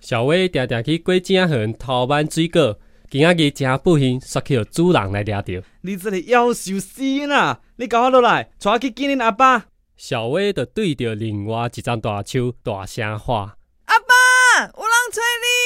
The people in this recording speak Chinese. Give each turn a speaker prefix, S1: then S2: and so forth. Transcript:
S1: 小伟常常去果子啊园偷挽水果，今仔日真不幸，煞去互主人来抓着。
S2: 你这个夭寿死啦！你甲我落来，带我去见恁阿爸。
S1: 小伟就对着另外一张大树大声喊：
S3: 啊阿爸，有人找你！